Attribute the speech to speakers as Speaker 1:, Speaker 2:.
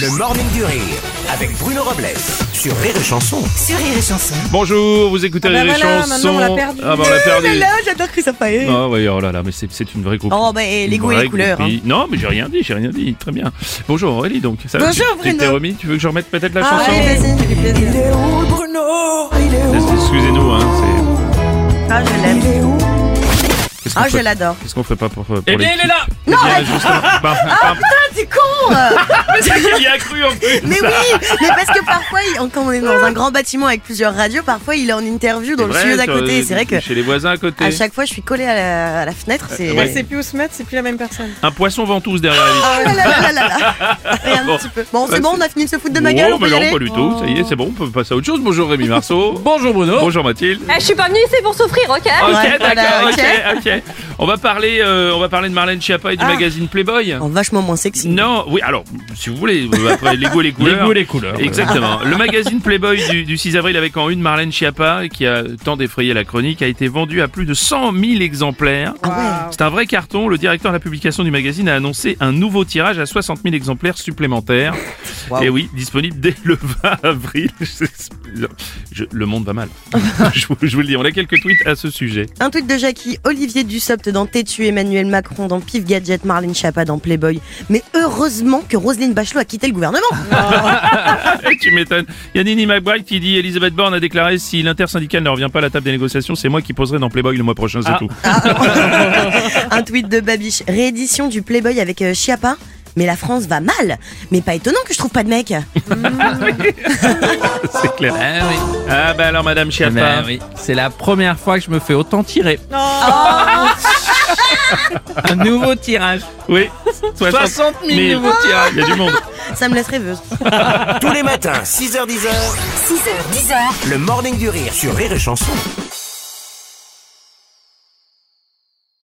Speaker 1: Le Morning du Rire avec Bruno Robles sur Rire et Chanson.
Speaker 2: Sur Rire et Chanson.
Speaker 3: Bonjour, vous écoutez
Speaker 2: Ah bah
Speaker 3: les
Speaker 2: voilà,
Speaker 3: chansons.
Speaker 2: maintenant, on l'a perdu.
Speaker 3: Ah bah on l'a perdu.
Speaker 2: Mais là, j'adore Christophe Paé.
Speaker 3: Ah ouais, oh là là, mais c'est c'est une vraie groupe.
Speaker 2: Oh, bah, et les
Speaker 3: une
Speaker 2: goûts et les
Speaker 3: vraie
Speaker 2: couleurs, hein.
Speaker 3: groupie. Non, mais j'ai rien dit, j'ai rien dit. Très bien. Bonjour Aurélie, donc. Ça va,
Speaker 2: Bonjour,
Speaker 3: tu- tu t'es
Speaker 2: Bruno.
Speaker 3: remis Tu veux que je remette peut-être la
Speaker 2: Ah,
Speaker 3: chanson
Speaker 2: allez, vas-y, ça fait plaisir.
Speaker 3: Excusez-nous, hein.
Speaker 2: Ah, je l'aime.
Speaker 3: c'est- qu'est-ce qu'on
Speaker 2: Ah, je
Speaker 3: fait-
Speaker 2: l'adore.
Speaker 3: Qu'est-ce qu'on fait pas pour. pour
Speaker 4: Eh bien,
Speaker 3: les-
Speaker 4: il est là
Speaker 3: Eh bien, justement. Bah, bah,
Speaker 2: Ah, du con euh.
Speaker 3: Il y a cru en plus.
Speaker 2: Mais oui Mais parce que parfois, il- quand on est dans un grand bâtiment avec plusieurs radios, parfois il est en interview dans le
Speaker 3: C'est
Speaker 2: studio
Speaker 3: vrai,
Speaker 2: d'à côté.
Speaker 3: sur-
Speaker 2: Et C'est vrai que
Speaker 3: Chez les voisins à côté.
Speaker 2: à chaque fois, je suis collée à la, à la fenêtre. C'est.
Speaker 3: Euh, ouais.
Speaker 5: Elle sait plus où se mettre, c'est plus la même personne.
Speaker 3: Un poisson ventouse derrière lui.
Speaker 2: Ah là là là là là là. Et un
Speaker 3: Bon.
Speaker 2: petit peu. Bon, c'est
Speaker 3: Ouais,
Speaker 2: bon, on a fini de se foutre de ma gueule.
Speaker 3: oh,
Speaker 2: on peut
Speaker 3: mais
Speaker 2: y
Speaker 3: non,
Speaker 2: aller
Speaker 3: pas du tout. Ça y est, c'est bon, on peut passer à autre chose. Bonjour Rémi Marceau.
Speaker 4: Bonjour Bruno
Speaker 3: Bonjour Mathilde.
Speaker 6: Ah, je suis pas venue ici pour souffrir, ok
Speaker 3: Ok,
Speaker 2: Ouais, voilà,
Speaker 3: d'accord, ok, ok. On va parler, euh, on va parler de Marlène Schiappa et
Speaker 2: Ah.
Speaker 3: du magazine Playboy.
Speaker 2: Oh, vachement moins sexy.
Speaker 3: Non, oui, alors, si vous voulez, euh, après les goûts et les
Speaker 4: Les
Speaker 3: couleurs.
Speaker 4: goûts et les couleurs.
Speaker 3: Exactement. Le magazine Playboy du, du 6 avril avec en une Marlène Schiappa, qui a tant défrayé la chronique, a été vendu à plus de 100 000 exemplaires.
Speaker 2: Ah
Speaker 3: C'est un vrai carton. Le directeur de la publication du magazine a annoncé un nouveau tirage à 60 000 exemplaires supplémentaires. Et oui, disponible dès le 20 avril. Je- le monde va mal. je, vous, je vous le dis, on a quelques tweets à ce sujet.
Speaker 2: Un tweet de Jackie, Olivier Dussopt dans Tétu, Emmanuel Macron dans Pif Gadget, Marlène Schiappa dans Playboy. Mais heureusement que Roselyne Bachelot a quitté le gouvernement.
Speaker 3: Eh, tu m'étonnes. Il y a Nini McBride qui dit Elisabeth Borne a déclaré si l'intersyndicale ne revient pas à la table des négociations, c'est moi qui poserai dans Playboy le mois prochain, c'est
Speaker 4: Ah.
Speaker 3: tout.
Speaker 2: Un tweet de Babiche, réédition du Playboy avec euh, Schiappa. Mais la France va mal. Mais pas étonnant que je trouve pas de mec.
Speaker 3: C'est clair.
Speaker 4: Ah oui,
Speaker 3: Ah bah alors Madame Schiappa.
Speaker 4: ben oui. C'est la première fois que je me fais autant tirer. Un nouveau tirage.
Speaker 3: Oui. 60 000 nouveaux tirages. Il y a du monde.
Speaker 2: Ça me laisse rêveuse.
Speaker 1: Tous les matins, 6h10,
Speaker 6: 6h, 10h,
Speaker 1: le Morning du Rire sur Rire et Chanson.